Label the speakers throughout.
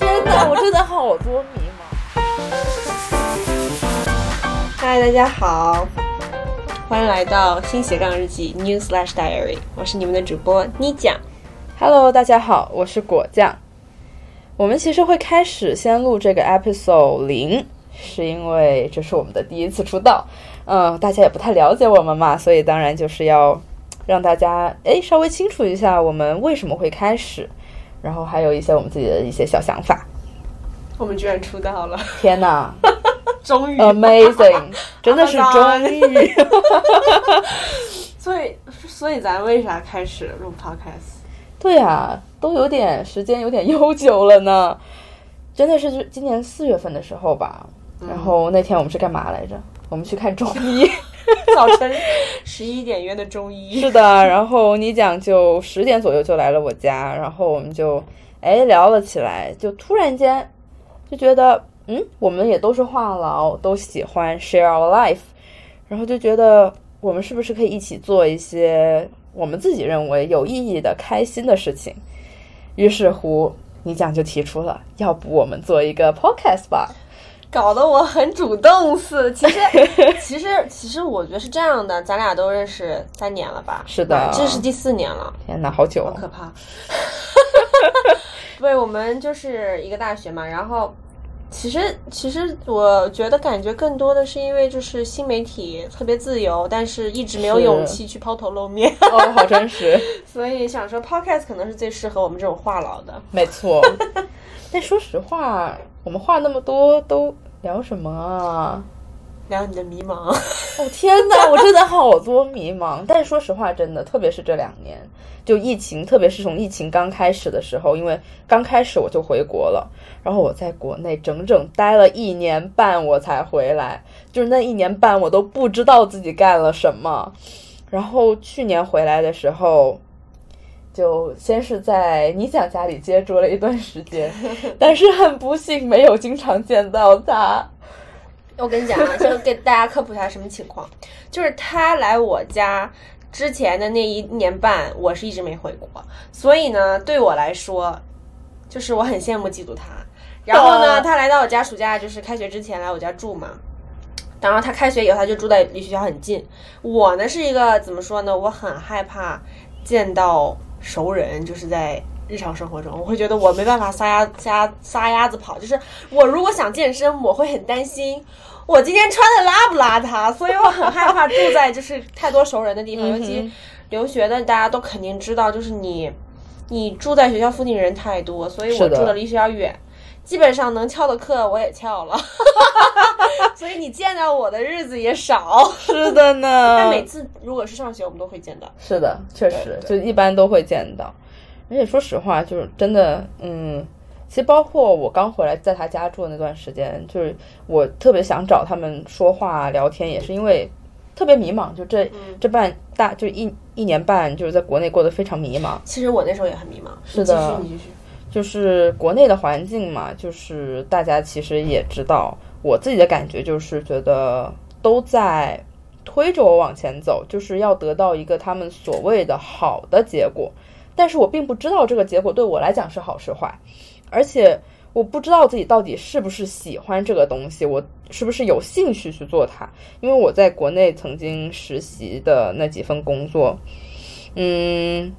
Speaker 1: 真的好多迷茫。
Speaker 2: 嗨，大家好，欢迎来到新斜杠日记 New Slash Diary，我是你们的主播妮酱。
Speaker 1: Hello，大家好，我是果酱。我们其实会开始先录这个 episode 零，是因为这是我们的第一次出道，嗯、大家也不太了解我们嘛，所以当然就是要让大家哎稍微清楚一下我们为什么会开始，然后还有一些我们自己的一些小想法。
Speaker 2: 我们居然出道 了，
Speaker 1: 天 呐
Speaker 2: 终于！
Speaker 1: ，Amazing，真的是终于。
Speaker 2: 所以，所以咱为啥开始录 podcast？
Speaker 1: 对啊，都有点时间，有点悠久了呢。 真的是就今年四月份的时候吧，然后那天我们是干嘛来着？我们去看中医。
Speaker 2: 早 晨十一点约的中医，
Speaker 1: 是的，然后你讲就十点左右就来了我家，然后我们就哎聊了起来，就突然间就觉得，嗯，我们也都是话痨，都喜欢 share our life，然后就觉得我们是不是可以一起做一些我们自己认为有意义的、开心的事情？于是乎，你讲就提出了，要不我们做一个 podcast 吧？
Speaker 2: 搞得我很主动似。其 实，其实，其实我觉得是这样的，咱俩都认识三年了吧？
Speaker 1: 是的
Speaker 2: 这是第四年了。
Speaker 1: 天哪，好久
Speaker 2: 好
Speaker 1: 哦，
Speaker 2: 可怕。对，我们就是一个大学嘛，然后其实其实我觉得感觉更多的是因为就是新媒体特别自由，但是一直没有
Speaker 1: 是
Speaker 2: 勇气去抛头露面，
Speaker 1: 哦，好真实。
Speaker 2: 所以想说 podcast 可能是最适合我们这种话痨的。
Speaker 1: 没错。 但说实话，我们话那么多，都聊什么啊？
Speaker 2: 聊你的迷茫，
Speaker 1: 哦天哪，我真的好多迷茫。但说实话，真的，特别是这两年，就疫情，特别是从疫情刚开始的时候，因为刚开始我就回国了，然后我在国内整整待了一年半，我才回来。就是那一年半，我都不知道自己干了什么。然后去年回来的时候，就先是在你想家里接触了一段时 间，但是很不幸没有经常见到他。
Speaker 2: 我跟你讲啊，就给大家科普一下什么情况，就是他来我家。之前的那一年半，我是一直没回国，所以呢，对我来说，就是我很羡慕嫉妒他。然后呢，
Speaker 1: 哦
Speaker 2: 他来到我家，暑假就是开学之前来我家住嘛。然后他开学以后，他就住在离学校很近。我呢是一个怎么说呢？我很害怕见到熟人，就是在日常生活中，我会觉得我没办法撒丫撒撒丫子跑。就是我如果想健身，我会很担心我今天穿的邋不邋遢，所以我很害怕住在就是太多熟人的地
Speaker 1: 嗯
Speaker 2: 方，尤其留学的大家都肯定知道，就是你你住在学校附近人太多，所以我
Speaker 1: 是
Speaker 2: 住
Speaker 1: 的
Speaker 2: 的离学校远，基本上能翘的课我也翘了， 所以你见到我的日子也少。
Speaker 1: 是的 呢，
Speaker 2: 但每次如果是上学，我们都会见到。
Speaker 1: 是的，确实，就一般都会见到。而且说实话，就是真的，嗯，其实包括我刚回来在他家住的那段时间，就是我特别想找他们说话啊聊天，也是因为特别迷茫。就这、这半大就一一年半，就是在国内过得非常迷茫。
Speaker 2: 其实我那时候也很迷茫。
Speaker 1: 是的
Speaker 2: 你继续，你继续。
Speaker 1: 就是国内的环境嘛，就是大家其实也知道，我自己的感觉就是觉得都在推着我往前走，就是要得到一个他们所谓的好的结果，但是我并不知道这个结果对我来讲是好是坏，而且我不知道自己到底是不是喜欢这个东西，我是不是有兴趣去做它，因为我在国内曾经实习的那几份工作，嗯，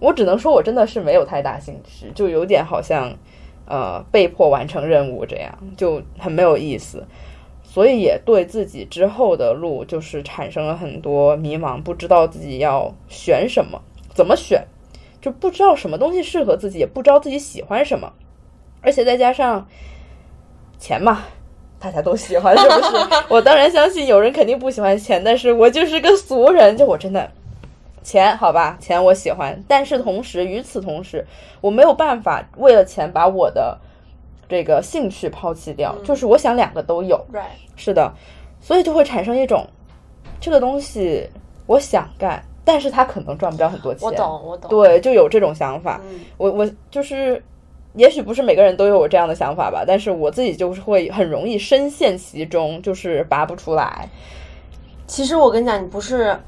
Speaker 1: 我只能说我真的是没有太大兴趣，就有点好像，呃，被迫完成任务这样，就很没有意思。所以也对自己之后的路就是产生了很多迷茫，不知道自己要选什么，怎么选，就不知道什么东西适合自己，也不知道自己喜欢什么，而且再加上钱嘛。大家都喜欢，是不是？我当然相信有人肯定不喜欢钱，但是我就是个俗人，就我真的钱好吧，钱我喜欢，但是同时与此同时，我没有办法为了钱把我的这个兴趣抛弃掉，就是我想两个都有，
Speaker 2: Right，
Speaker 1: 是的，所以就会产生一种这个东西我想干，但是它可能赚不了很多钱，
Speaker 2: 我懂，我懂。
Speaker 1: 对，就有这种想法。
Speaker 2: 嗯
Speaker 1: 我我就是，也许不是每个人都有我这样的想法吧，但是我自己就是会很容易深陷其中，就是拔不出来。
Speaker 2: 其实我跟你讲，你不是，
Speaker 1: 嗯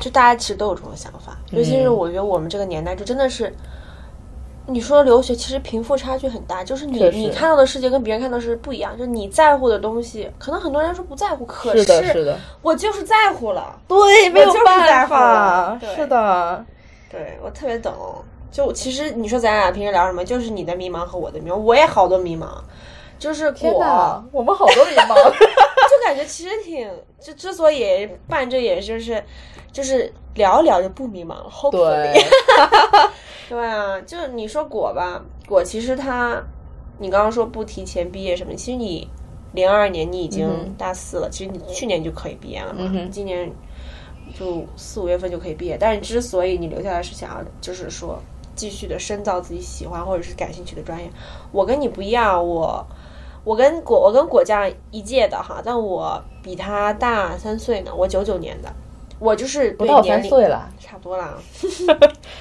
Speaker 2: 就大家其实都有这种想法，尤其是我觉得我们这个年代，就真的是你说留学其实贫富差距很大，就是你
Speaker 1: 确实
Speaker 2: 你看到的世界跟别人看到的世界不一样，就是你在乎的东西，可能很多人说不在乎，可
Speaker 1: 是的，是的，
Speaker 2: 我就是在乎了。
Speaker 1: 对，没有
Speaker 2: 就是
Speaker 1: 办
Speaker 2: 在乎
Speaker 1: 法
Speaker 2: 了，对
Speaker 1: 是的，
Speaker 2: 对我特别懂。就其实你说咱俩平时聊什么，就是你的迷茫和我的迷茫，我也好多迷茫，就是
Speaker 1: 天
Speaker 2: 我
Speaker 1: 哪，我们好多迷茫，
Speaker 2: 就感觉其实挺，就之所以办这也就是，就是聊一聊就不迷茫了，hopefully。
Speaker 1: 对，
Speaker 2: 对啊，就是你说果吧，果其实它，你刚刚说不提前毕业什么，其实你零二年你已
Speaker 1: 嗯
Speaker 2: 经
Speaker 1: 哼
Speaker 2: 大四了，其实你去年就可以毕业了嘛，
Speaker 1: 嗯哼
Speaker 2: 今年就四五月份就可以毕业。但是之所以你留下来是想要，就是说继续的深造自己喜欢或者是感兴趣的专业。我跟你不一样，我我跟果我跟果酱一届的哈，但我比他大三岁呢，我九九年的，我就是
Speaker 1: 不
Speaker 2: 对
Speaker 1: 到
Speaker 2: 年
Speaker 1: 三
Speaker 2: 龄
Speaker 1: 岁了，
Speaker 2: 差不多 啦，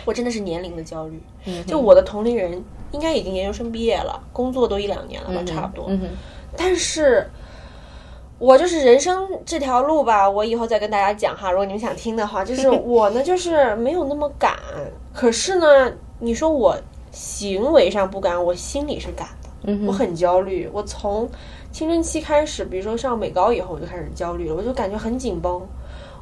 Speaker 2: 我真的是年龄的焦虑。
Speaker 1: 嗯
Speaker 2: 就我的同龄人，应该已经研究生毕业了，工作都一两年了吧，
Speaker 1: 哼
Speaker 2: 差不多。
Speaker 1: 嗯哼
Speaker 2: 但是，我就是人生这条路吧，我以后再跟大家讲哈。如果你们想听的话，就是我呢，就是没有那么敢。可是呢，你说我行为上不敢，我心里是敢的。
Speaker 1: 嗯哼
Speaker 2: 我很焦虑，我从青春期开始，比如说上美高以后，我就开始焦虑了，我就感觉很紧绷，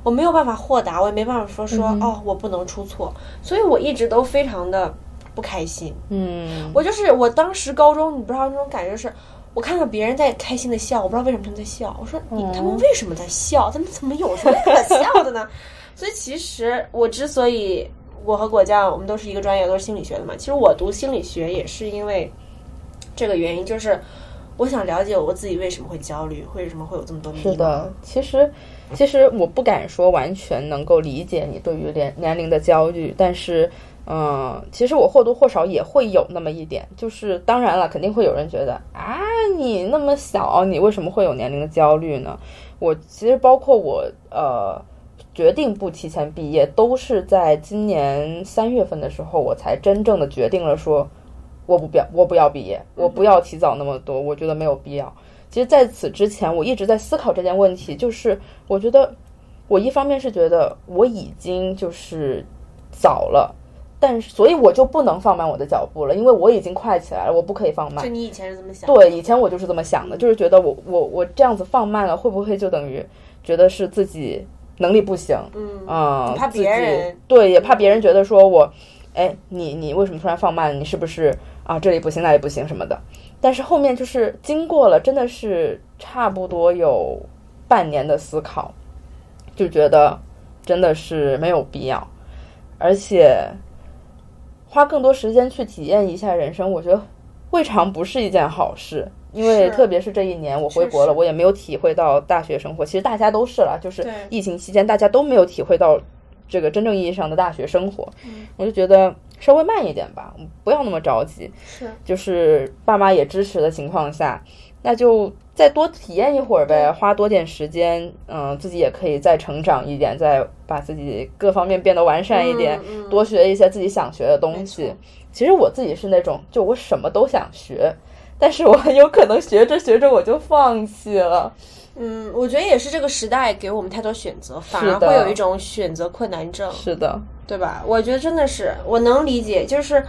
Speaker 2: 我没有办法豁达，我也没办法说说、
Speaker 1: 嗯
Speaker 2: 哦，我不能出错，所以我一直都非常的不开心。
Speaker 1: 嗯，
Speaker 2: 我就是我当时高中，你不知道那种感觉是。我看到别人在开心的笑，我不知道为什么他们在笑。我说你
Speaker 1: 嗯
Speaker 2: 他们为什么在笑？他们怎么有什么可笑的呢？ 所以其实我之所以我和果酱我们都是一个专业，都是心理学的嘛。其实我读心理学也是因为这个原因，就是我想了解我自己为什么会焦虑，为什么会有这么多迷茫。
Speaker 1: 是的，其实其实我不敢说完全能够理解你对于年年龄的焦虑，但是。嗯，其实我或多或少也会有那么一点，就是当然了，肯定会有人觉得啊，你那么小，你为什么会有年龄的焦虑呢？我其实包括我呃决定不提前毕业，都是在今年三月份的时候，我才真正的决定了说，我不要我不要毕业，我不要提早那么多，我觉得没有必要。其实在此之前，我一直在思考这件问题，就是我觉得我一方面是觉得我已经就是早了。但是，所以我就不能放慢我的脚步了，因为我已经快起来了，我不可以放慢
Speaker 2: 就。你以前是这么想？
Speaker 1: 对，以前我就是这么想的，就是觉得我我我这样子放慢了，会不会就等于觉得是自己能力不行？
Speaker 2: 嗯，
Speaker 1: 嗯，
Speaker 2: 怕
Speaker 1: 自
Speaker 2: 别
Speaker 1: 己
Speaker 2: 人
Speaker 1: 对，也怕别人觉得说我，哎，你你为什么突然放慢？你是不是啊这里不行那里不行什么的？但是后面就是经过了，真的是差不多有半年的思考，就觉得真的是没有必要，而且花更多时间去体验一下人生，我觉得未尝不是一件好事。因为
Speaker 2: 是
Speaker 1: 特别是这一年我回国了，
Speaker 2: 确实
Speaker 1: 我也没有体会到大学生活。其实大家都是了，就是
Speaker 2: 对
Speaker 1: 疫情期间大家都没有体会到这个真正意义上的大学生活。
Speaker 2: 嗯
Speaker 1: 我就觉得稍微慢一点吧，不要那么着急。
Speaker 2: 是
Speaker 1: 就是爸妈也支持的情况下，那就再多体验一会儿呗，花多点时间，嗯、自己也可以再成长一点，再把自己各方面变得完善一点，
Speaker 2: 嗯嗯
Speaker 1: 多学一些自己想学的东
Speaker 2: 没
Speaker 1: 西
Speaker 2: 错。
Speaker 1: 其实我自己是那种，就我什么都想学，但是我很有可能学着学着我就放弃了。
Speaker 2: 嗯，我觉得也是这个时代给我们太多选择，反
Speaker 1: 是
Speaker 2: 而
Speaker 1: 的
Speaker 2: 会有一种选择困难症。
Speaker 1: 是的，
Speaker 2: 对吧？我觉得真的是，我能理解，就是，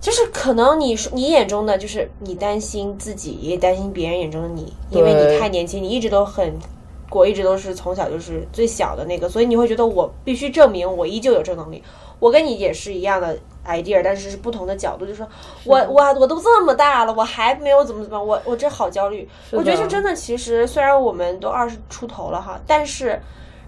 Speaker 2: 就是可能你说你眼中的就是你担心自己，也担心别人眼中的你，因为
Speaker 1: 对
Speaker 2: 你太年轻，你一直都很，我一直都是从小就是最小的那个，所以你会觉得我必须证明我依旧有这能力。我跟你也是一样的 idea，但是是不同的角度，就是说我我我都这么大了，我还没有怎么怎么样，我我这好焦虑。
Speaker 1: 是
Speaker 2: 我觉得
Speaker 1: 的
Speaker 2: 就真的，其实虽然我们都二十出头了哈，但是。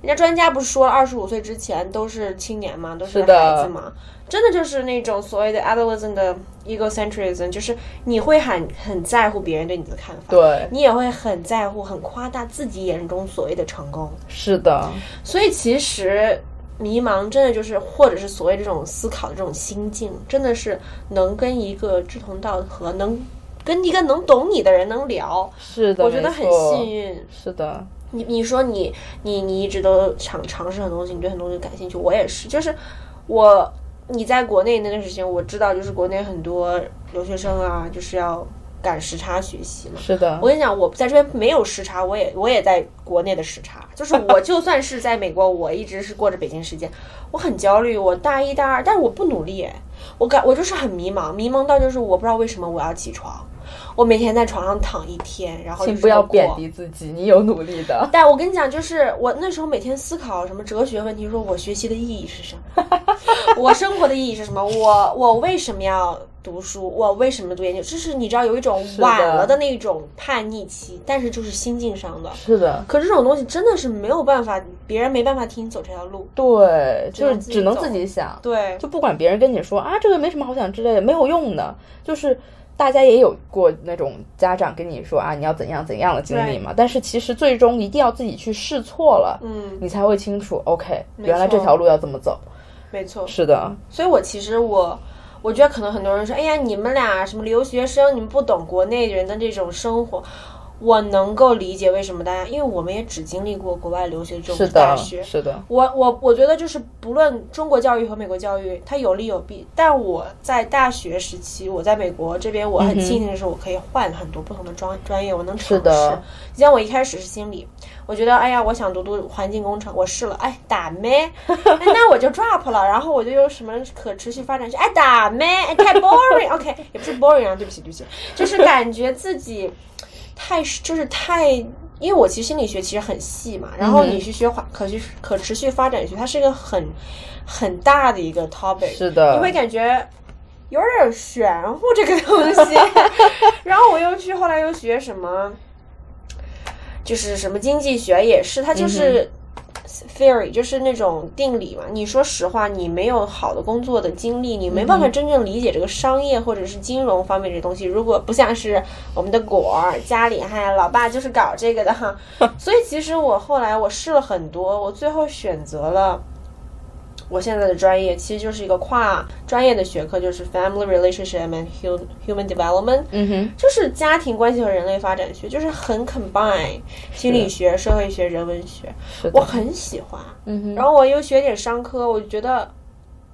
Speaker 2: 人家专家不是说了，二十五岁之前都是青年嘛，都是
Speaker 1: 是的
Speaker 2: 孩子嘛，真的就是那种所谓的 adolescent 的 egocentrism，就是你会很很在乎别人对你的看法，
Speaker 1: 对，
Speaker 2: 你也会很在乎、很夸大自己眼中所谓的成功，
Speaker 1: 是的，
Speaker 2: 所以其实迷茫真的就是，或者是所谓这种思考的这种心境，真的是能跟一个志同道合、能跟一个能懂你的人能聊，
Speaker 1: 是的，
Speaker 2: 我觉得
Speaker 1: 没
Speaker 2: 很
Speaker 1: 错
Speaker 2: 幸。运。
Speaker 1: 是的，
Speaker 2: 你你说你你你一直都想尝试很多东西，你对很多东西感兴趣，我也是，就是我你在国内那段时间，我知道就是国内很多留学生啊，就是要赶时差学习嘛。
Speaker 1: 是的
Speaker 2: 我，跟你讲，我在这边没有时差，我也我也在国内的时差，就是我就算是在美国，我一直是过着北京时间，我很焦虑。我大一大二，但是我不努力，我感我就是很迷茫，迷茫到就是我不知道为什么我要起床，我每天在床上躺一天，然后就
Speaker 1: 请
Speaker 2: 是
Speaker 1: 不要
Speaker 2: 过
Speaker 1: 贬低自己，你有努力的。
Speaker 2: 但我跟你讲，就是我那时候每天思考什么哲学问题，说我学习的意义是什么， 我生活的意义是什么，我我为什么要读书，我为什么读研究，就是你知道有一种
Speaker 1: 是的
Speaker 2: 晚了的那种叛逆期，但是就是心境上的。
Speaker 1: 是的，
Speaker 2: 可这种东西真的是没有办法，别人没办法替你走这条路。
Speaker 1: 对，
Speaker 2: 只
Speaker 1: 就
Speaker 2: 能
Speaker 1: 是
Speaker 2: 自己
Speaker 1: 只能
Speaker 2: 走
Speaker 1: 自己想，
Speaker 2: 对，
Speaker 1: 就不管别人跟你说啊，这个没什么好想之类的，没有用的，就是。大家也有过那种家长跟你说啊，你要怎样怎样的经历嘛，但是其实最终一定要自己去试错了，
Speaker 2: 嗯，
Speaker 1: 你才会清楚，OK，
Speaker 2: 没
Speaker 1: 原来这
Speaker 2: 错嗯
Speaker 1: 条路要这么走。
Speaker 2: 没错。
Speaker 1: 是的，
Speaker 2: 所以我其实我。我觉得可能很多人说，哎呀，你们俩什么留学生，你们不懂国内人的这种生活。我能够理解为什么大家，因为我们也只经历过国外留学这
Speaker 1: 是
Speaker 2: 种大
Speaker 1: 的，
Speaker 2: 学。
Speaker 1: 是的，
Speaker 2: 我我我觉得就是不论中国教育和美国教育，它有利有弊。但我在大学时期，我在美国这边，我很
Speaker 1: 嗯哼
Speaker 2: 庆幸的是，我可以换很多不同的专专业，我能尝
Speaker 1: 是
Speaker 2: 试。
Speaker 1: 的
Speaker 2: 你像我一开始是心理，我觉得哎呀，我想读读环境工程，我试了，哎 打咩，哎那我就 drop 了，然后我就有什么可持续发展去，哎打咩，哎太 boring，OK，、也不是 boring 啊，对不起对不起，就是感觉自己太就是太，因为我其实心理学其实很细嘛，然后
Speaker 1: 嗯哼
Speaker 2: 你去学环可持续可持续发展学，它是一个很很大的一个 topic，
Speaker 1: 是的
Speaker 2: 你会感觉有点玄乎这个东西。然后我又去，后来又学什么，就是什么经济学也是，它就是。theory 就是那种定理嘛。你说实话，你没有好的工作的经历，你没办法真正理解这个商业或者是金融方面这东西。如果不像是我们的果儿家里，嗨，老爸就是搞这个的哈。所以其实我后来我试了很多，我最后选择了。我现在的专业其实就是一个跨专业的学科，就是 Family Relationship and Hu- Human Development，
Speaker 1: 嗯哼，
Speaker 2: 就是家庭关系和人类发展学，就是很 combine 心理学、社会学、人文学，
Speaker 1: 是
Speaker 2: 我
Speaker 1: 的，
Speaker 2: 很喜欢。
Speaker 1: 嗯哼，
Speaker 2: 然后我又学点商科，我就觉得，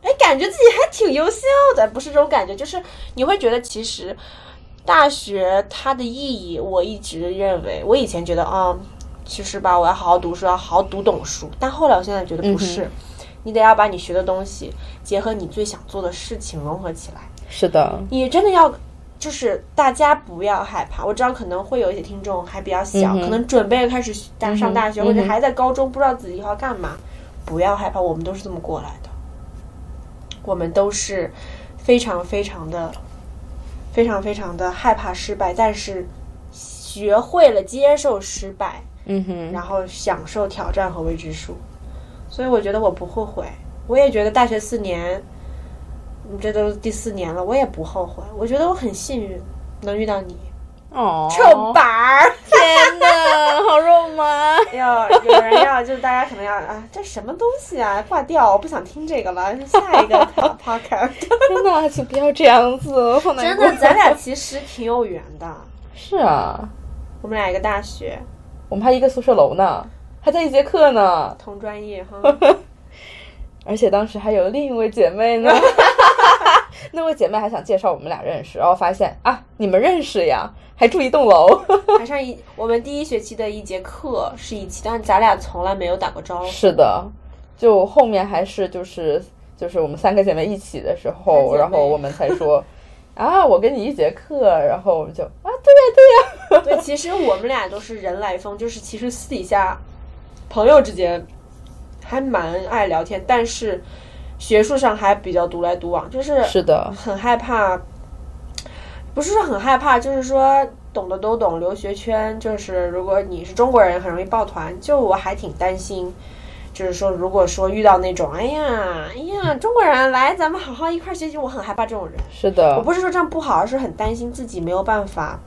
Speaker 2: 哎，感觉自己还挺优秀的，不是这种感觉，就是你会觉得其实大学它的意义，我一直认为，我以前觉得啊、其实吧，我要好好读书，要好好读懂书，但后来我现在觉得不是，你得要把你学的东西结合你最想做的事情融合起来。
Speaker 1: 是的，
Speaker 2: 你真的要，就是大家不要害怕。我知道可能会有一些听众还比较
Speaker 1: 嗯
Speaker 2: 小，
Speaker 1: 哼
Speaker 2: 可能准备开始
Speaker 1: 嗯
Speaker 2: 大
Speaker 1: 哼
Speaker 2: 上大学、
Speaker 1: 嗯哼
Speaker 2: 或者还在高中，不知道自己以后要干嘛。不要害怕，我们都是这么过来的，我们都是非常非常的、非常非常的害怕失败，但是学会了接受失败，
Speaker 1: 嗯哼，
Speaker 2: 然后享受挑战和未知数。所以我觉得我不后悔，我也觉得大学四年，嗯这都第四年了，我也不后悔。我觉得我很幸运，能遇到你，
Speaker 1: 哦，
Speaker 2: 哦臭板儿！
Speaker 1: 天呐，好肉麻！
Speaker 2: 要哎有人要，就是大家可能要啊，这什么东西啊，挂掉，我不想听这个了，下一个 podcast。
Speaker 1: 天呐，请不要这样子，好难
Speaker 2: 真
Speaker 1: 过。
Speaker 2: 的，咱俩其实挺有缘的，
Speaker 1: 是啊，
Speaker 2: 我们俩一个大学
Speaker 1: 我们还一个宿舍楼呢，还在一节课呢，
Speaker 2: 同专业 哈，
Speaker 1: 而且当时还有另一位姐妹 呢。那位姐妹还想介绍我们俩认识，然后发现啊，你们认识呀，还住一栋楼。
Speaker 2: 还上一我们第一学期的一节课是一起，但是咱俩从来没有打过招呼。
Speaker 1: 是的，就后面还是就是就是我们三个姐妹一起的时
Speaker 2: 三姐
Speaker 1: 候，
Speaker 2: 妹
Speaker 1: 然后我们才 说啊，我跟你一节课，然后我们就啊，对呀、
Speaker 2: 对，其实我们俩都是人来疯，就是其实私底下朋友之间还蛮爱聊天，但是学术上还比较独来独往，就是
Speaker 1: 对呀，是的，
Speaker 2: 很害怕，不是说很害怕，就是说懂的都懂。留学圈就是，如果你是中国人，很容易抱团。就我还挺担心，就是说，如果说遇到那种，哎呀，哎呀，中国人来，咱们好好一块儿学习，我很害怕这种人。
Speaker 1: 是
Speaker 2: 我
Speaker 1: 的，
Speaker 2: 不是说这样不好，而是很担心自己没有办法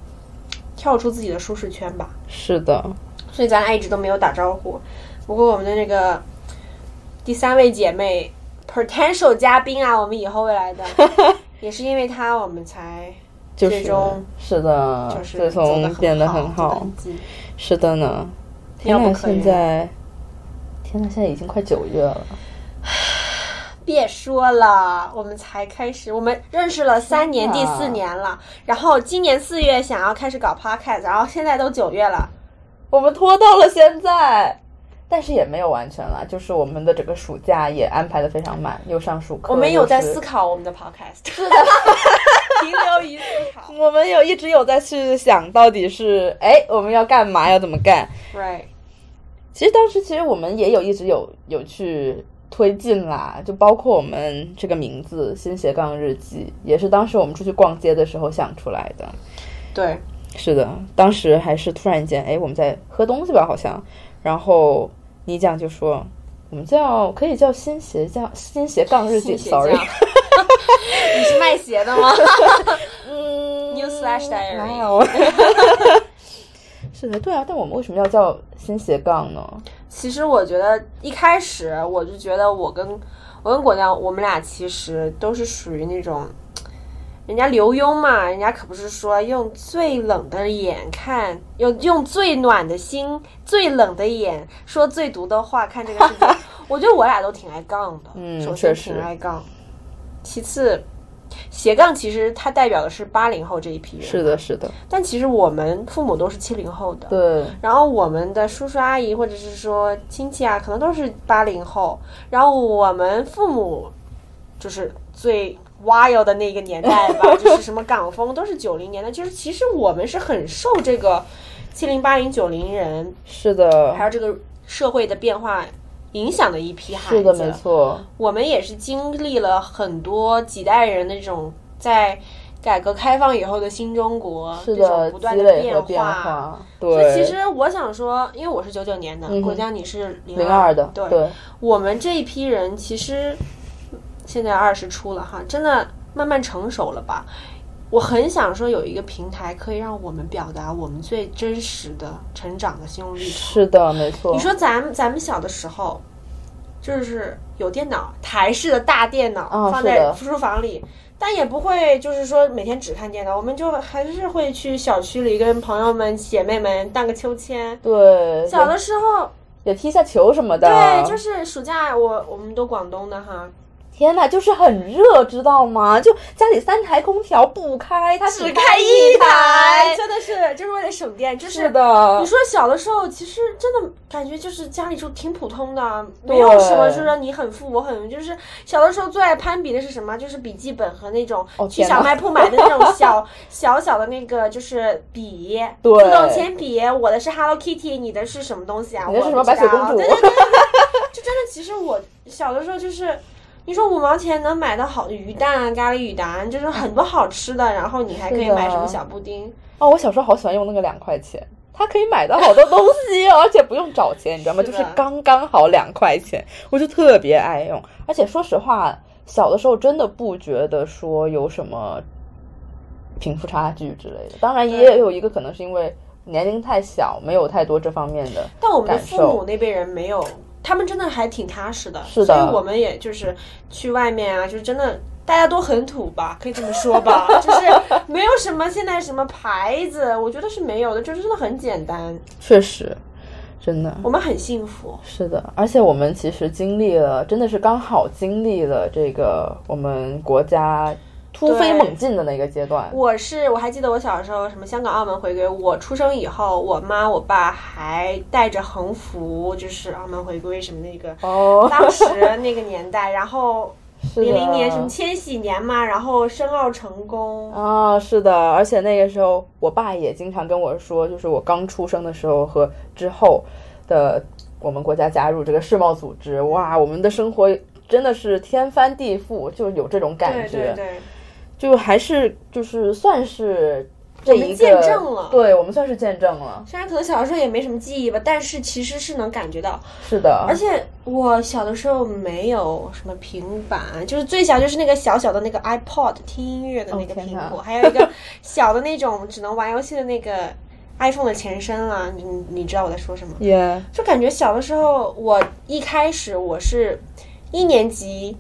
Speaker 2: 跳出自己的舒适圈吧。
Speaker 1: 是的，
Speaker 2: 所以咱俩一直都没有打招呼。不过我们的那个第三位姐妹 potential 嘉宾啊，我们以后会 来的，也是因为她我们才
Speaker 1: 就
Speaker 2: 最
Speaker 1: 是
Speaker 2: 终
Speaker 1: 是的，
Speaker 2: 就是
Speaker 1: 自
Speaker 2: 走得
Speaker 1: 啊从变得
Speaker 2: 得
Speaker 1: 很
Speaker 2: 好，走得
Speaker 1: 好，
Speaker 2: 近
Speaker 1: 是的呢。天
Speaker 2: 要不
Speaker 1: 呐，
Speaker 2: 可以
Speaker 1: 现在，天呐，现在已经快九月了，
Speaker 2: 别说了，我们才开始，我们认识了三年，
Speaker 1: 天
Speaker 2: 第
Speaker 1: 哪
Speaker 2: 四年了。然后今年四月想要开始搞 podcast，然后现在都九月了。
Speaker 1: 我们拖到了现在。但是也没有完全啦，就是我们的整个暑假也安排的非常满，又上暑课，
Speaker 2: 我们有在
Speaker 1: 又是
Speaker 2: 思考我们的 podcast，停留于思考
Speaker 1: 我们有一直有在去想到底是哎我们要干嘛，要怎么干。
Speaker 2: ，right，
Speaker 1: 其实当时其实我们也有一直有有去推进啦，就包括我们这个名字“新斜杠日记”，也是当时我们出去逛街的时候想出来的。
Speaker 2: 对，
Speaker 1: 是的，当时还是突然间，哎，我们在喝东西吧，好像，然后你讲就说。我们叫可以叫新斜杠新斜杠日记
Speaker 2: 新鞋匠
Speaker 1: ，sorry，
Speaker 2: 你是卖鞋的 吗
Speaker 1: 嗯
Speaker 2: New slash diary
Speaker 1: 没有， 是的，对啊，但我们为什么要叫新斜杠呢？
Speaker 2: 其实我觉得一开始我就觉得我跟我跟果酱，我们俩其实都是属于那种，人家刘墉嘛，人家可不是说用最冷的眼看，用用最暖的心，最冷的眼说最毒的话，看这个 世界。我觉得我俩都挺爱杠的，
Speaker 1: 嗯
Speaker 2: 首先
Speaker 1: 确实
Speaker 2: 挺爱杠，其次。斜杠其实它代表的是八零后这一批人，
Speaker 1: 是的，是的，
Speaker 2: 但其实我们父母都是七零后的，
Speaker 1: 对，
Speaker 2: 然后我们的叔叔阿姨或者是说亲戚啊，可能都是八零后。然后我们父母就是最 wild 的那个年代 吧，就是什么港风都是九零年的。就是其实我们是很受这个七零八零九零人，
Speaker 1: 是的
Speaker 2: 还，有这个社会的变化影响的一批孩子。
Speaker 1: 是的，没错，
Speaker 2: 我们也是经历了很多几代人的这种在改革开放以后的新中国，
Speaker 1: 是
Speaker 2: 这种
Speaker 1: 的，
Speaker 2: 不
Speaker 1: 积
Speaker 2: 断的
Speaker 1: 累和
Speaker 2: 变化。
Speaker 1: 化，
Speaker 2: 所以其
Speaker 1: 对，
Speaker 2: 实我想说，因为我是九九年的，
Speaker 1: 嗯哼
Speaker 2: 国江你是零
Speaker 1: 零二的，
Speaker 2: 对，
Speaker 1: 对，
Speaker 2: 我们这一批人其实现在二十出了哈，真的慢慢成熟了吧。我很想说有一个平台可以让我们表达我们最真实的成长的心路历程。
Speaker 1: 是的，没错
Speaker 2: 你，说咱们咱们小的时候，就是有电脑，台式的大电脑、
Speaker 1: 啊
Speaker 2: 放
Speaker 1: 是
Speaker 2: 在
Speaker 1: 的
Speaker 2: 书房里，但也不会就是说每天只看电脑，我们就还是会去小区里跟朋友们、姐妹们荡个秋千。
Speaker 1: 对，
Speaker 2: 小
Speaker 1: 也
Speaker 2: 的时候，
Speaker 1: 也踢一下球什么的，啊
Speaker 2: 对，就是暑假我我们都广东的哈，
Speaker 1: 天呐，就是很热，知道吗？就家里三台空调不开，它只开一台，。
Speaker 2: 真的是就是为了省电，就是
Speaker 1: 的
Speaker 2: 你，说小的时候，其实真的感觉就是家里就挺普通的，没
Speaker 1: 对
Speaker 2: 有什么说你很富我很，就是小的时候最爱攀比的是什么？就是笔记本和那种
Speaker 1: 哦
Speaker 2: 去
Speaker 1: 天哪
Speaker 2: 小卖铺买的那种 小小小的那个就是笔，
Speaker 1: 对
Speaker 2: 自动铅笔。我的是 Hello Kitty，你的是什么东西啊？
Speaker 1: 你的是
Speaker 2: 我
Speaker 1: 什么
Speaker 2: 不知道
Speaker 1: 白雪公主
Speaker 2: 对对对对对，就真的，其实我小的时候就是。你说五毛钱能买到好的鱼蛋啊、咖喱鱼蛋，就是很多好吃的，然后你还可以
Speaker 1: 是的
Speaker 2: 买什么小布丁，
Speaker 1: 哦，我小时候好喜欢用那个两块钱，它可以买到好多东西，而且不用找钱，你知道吗？
Speaker 2: 是
Speaker 1: 就
Speaker 2: 的
Speaker 1: 是刚刚好两块钱，我就特别爱用。而且说实话，小的时候真的不觉得说有什么贫富差距之类的。当然，
Speaker 2: 对
Speaker 1: 也有一个可能是因为年龄太小，没有太多这方面的。
Speaker 2: 但我们的
Speaker 1: 感
Speaker 2: 父
Speaker 1: 受
Speaker 2: 母那辈人没有，他们真的还挺踏实的，
Speaker 1: 是的
Speaker 2: 所以我们也就是去外面啊，就是真的。大家都很土吧，可以这么说吧，就是没有什么现在什么牌子，我觉得是没有的，就真的很简单。
Speaker 1: 确实，真的。
Speaker 2: 我们很幸福，
Speaker 1: 是的，而且我们其实经历了，真的是刚好经历了这个我们国家突飞
Speaker 2: 对
Speaker 1: 猛进的那个阶段。
Speaker 2: 我是我还记得我小时候什么香港、澳门回归，我出生以后，我妈我爸还带着横幅，就是澳门回归什么那个，
Speaker 1: 哦，
Speaker 2: 当时那个年代，然后
Speaker 1: 是啊的
Speaker 2: 零零年什么千禧年嘛，然后申奥成功，
Speaker 1: 啊，是的，而且那个时候我爸也经常跟我说，就是我刚出生的时候和之后的我们国家加入这个世贸组织，哇，我们的生活真的是天翻地覆，就有这种感
Speaker 2: 对
Speaker 1: 觉，
Speaker 2: 对对，
Speaker 1: 就还是就是算是这
Speaker 2: 我们
Speaker 1: 一个
Speaker 2: 见证了
Speaker 1: 对我们算是见证了，
Speaker 2: 虽然可能小的时候也没什么记忆吧，但是其实是能感觉到。
Speaker 1: 是的，
Speaker 2: 而且我小的时候没有什么平板，就是最小就是那个小小的那个 iPod 听音乐的那个
Speaker 1: 哦天
Speaker 2: 苹
Speaker 1: 哪
Speaker 2: 果，还有一个 小的那种只能玩游戏的那个 iPhone 的前身啦、你你你知道我在说什么？
Speaker 1: 也、
Speaker 2: 就感觉小的时候，我一开始我是一年级，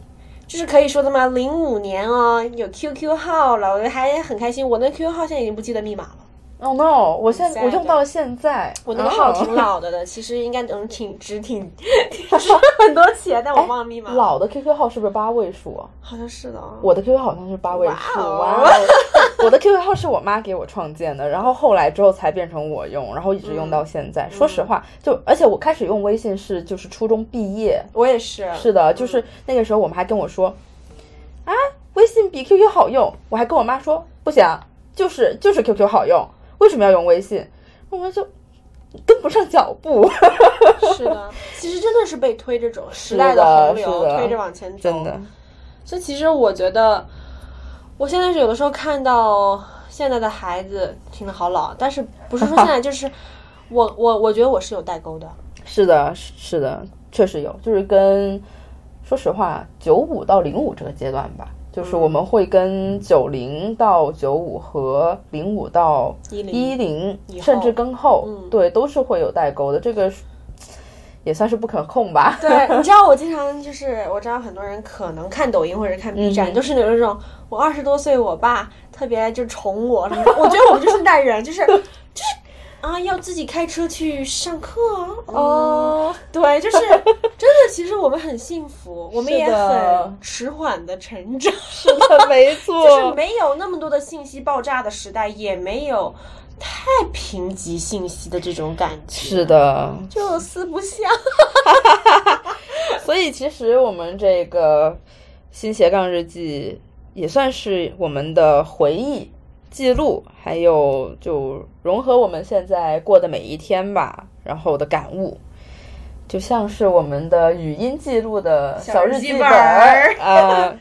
Speaker 2: 就是可以说的嘛，零五年哦，有 QQ 号了，我还很开心。我那 QQ 号现在已经不记得密码了。
Speaker 1: Oh no！我现
Speaker 2: 很 sad
Speaker 1: 在我用到了现在，
Speaker 2: 我那个号挺
Speaker 1: 哦
Speaker 2: 老的的，其实应该能挺值 挺挺值很多钱，但我忘了密码，
Speaker 1: 老的 QQ 号是不是八位数啊？
Speaker 2: 好像是的啊。
Speaker 1: 我的 QQ 好像是八位数，
Speaker 2: 哇哦
Speaker 1: 哇哦！我的 QQ 号是我妈给我创建的，然后后来之后才变成我用，然后一直
Speaker 2: 嗯
Speaker 1: 用到现在。说实话，就而且我开始用微信是就是初中毕业，
Speaker 2: 我也是，
Speaker 1: 是的，
Speaker 2: 嗯
Speaker 1: 就是那个时候我们还跟我说，啊，微信比 QQ 好用，我还跟我妈说不行，就是就是 QQ 好用，为什么要用微信？我们就跟不上脚步，
Speaker 2: 嗯是的，其实真的是被推这种时
Speaker 1: 是
Speaker 2: 代
Speaker 1: 的
Speaker 2: 洪
Speaker 1: 是
Speaker 2: 流
Speaker 1: 的
Speaker 2: 推着往前走，
Speaker 1: 真的。
Speaker 2: 所以其实我觉得，我现在是有的时候看到现在的孩子听得好老，但是不是说现在就是我我我觉得我是有代沟的，
Speaker 1: 是的，是是的，确实有，就是跟说实话，九五到零五这个阶段吧，就是
Speaker 2: 嗯
Speaker 1: 我们会跟九零到九五和零五到
Speaker 2: 10
Speaker 1: 一零，
Speaker 2: 以后
Speaker 1: 甚至更后，
Speaker 2: 嗯
Speaker 1: 对，都是会有代沟的，这个是也算是不可控吧。
Speaker 2: 对，你知道我经常就是我知道很多人可能看抖音或者看 B 站，
Speaker 1: 嗯
Speaker 2: 就是有那种我二十多岁，我爸特别就宠我什么的。我觉得我们就是那代 人，就是就是啊，要自己开车去上课啊。哦、
Speaker 1: 哦，
Speaker 2: 对，就是真的，其实我们很幸福，我们
Speaker 1: 是
Speaker 2: 也
Speaker 1: 的
Speaker 2: 很迟缓的成 长，
Speaker 1: 是 的，没错，
Speaker 2: 就是没有那么多的信息爆炸的时代，也没有太贫瘠信息的这种感觉。
Speaker 1: 是的，
Speaker 2: 就四不像，
Speaker 1: 所以其实我们这个新斜杠日记也算是我们的回忆记录，还有就融合我们现在过的每一天吧，然后的感悟。就像是我们的语音记录的小日记
Speaker 2: 小日记本儿
Speaker 1: 啊，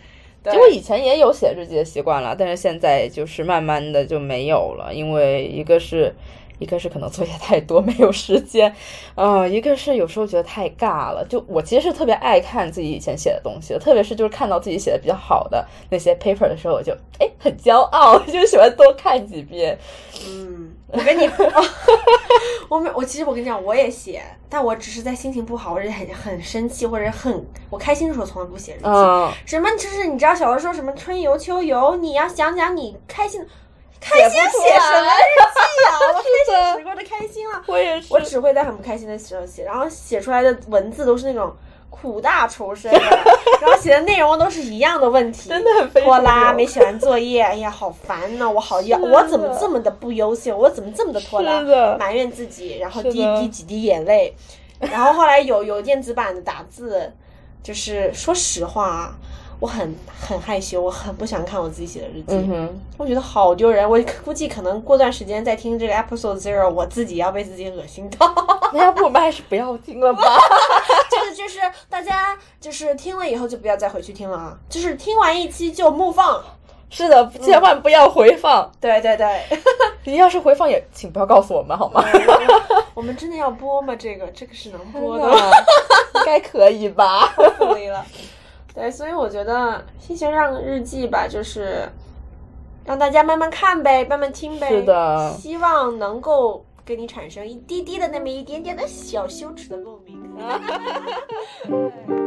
Speaker 2: 对
Speaker 1: 其实我以前也有写日记的习惯了，但是现在就是慢慢的就没有了，因为一个是，一个是可能作业太多没有时间，呃，一个是有时候觉得太尬了。就我其实是特别爱看自己以前写的东西的，特别是就是看到自己写的比较好的那些 paper 的时候，我就哎很骄傲， 就喜欢多看几遍。
Speaker 2: 嗯，我跟你，我没，我其实我跟你讲，我也写，但我只是在心情不好或者很很生气或者很我开心的时候，从来不写日记。
Speaker 1: 嗯，
Speaker 2: 什么就是你知道小的时候什么春游秋游，你要想想你开心，开心
Speaker 1: 写不出
Speaker 2: 写什么
Speaker 1: 来
Speaker 2: 日记啊？我开心
Speaker 1: 的
Speaker 2: 时过得开心了，
Speaker 1: 我也是
Speaker 2: 我。只会在很不开心的时候写，然后写出来的文字都是那种苦大仇 深的然后写的内容都是一样的问题，
Speaker 1: 真的很非常
Speaker 2: 拖拉，
Speaker 1: 有
Speaker 2: 没写完作业， 哎呀，好烦呐、我好要，
Speaker 1: 是的
Speaker 2: 我怎么这么的不优秀？我怎么这么的拖拉
Speaker 1: 是？的
Speaker 2: 埋怨自己，然后
Speaker 1: 是
Speaker 2: 滴
Speaker 1: 的
Speaker 2: 滴几滴眼泪，然后后来有有电子版的打字，就是说实话啊。我很很害羞，我很不想看我自己写的日记。
Speaker 1: 嗯哼，
Speaker 2: 我觉得好丢人，我估计可能过段时间再听这个 episode zero，我自己要被自己恶心 到。
Speaker 1: 那要不我们还是不要听了 吧？
Speaker 2: 这个就是大家就是听了以后就不要再回去听了啊，就是听完一期就木放。
Speaker 1: 是的，千万不要回放。
Speaker 2: 对对对，
Speaker 1: 你要是回放也，请不要告诉我们好 吗？
Speaker 2: 我们真的要播吗？这个这个是能播
Speaker 1: 我
Speaker 2: 的吗，
Speaker 1: 应该可以吧？
Speaker 2: 不理了。对，所以我觉得《新学让日记》吧，就是让大家慢慢看呗，慢慢听呗。
Speaker 1: 是的
Speaker 2: 希望能够给你产生一滴滴的那么一点点的小羞耻的共鸣。对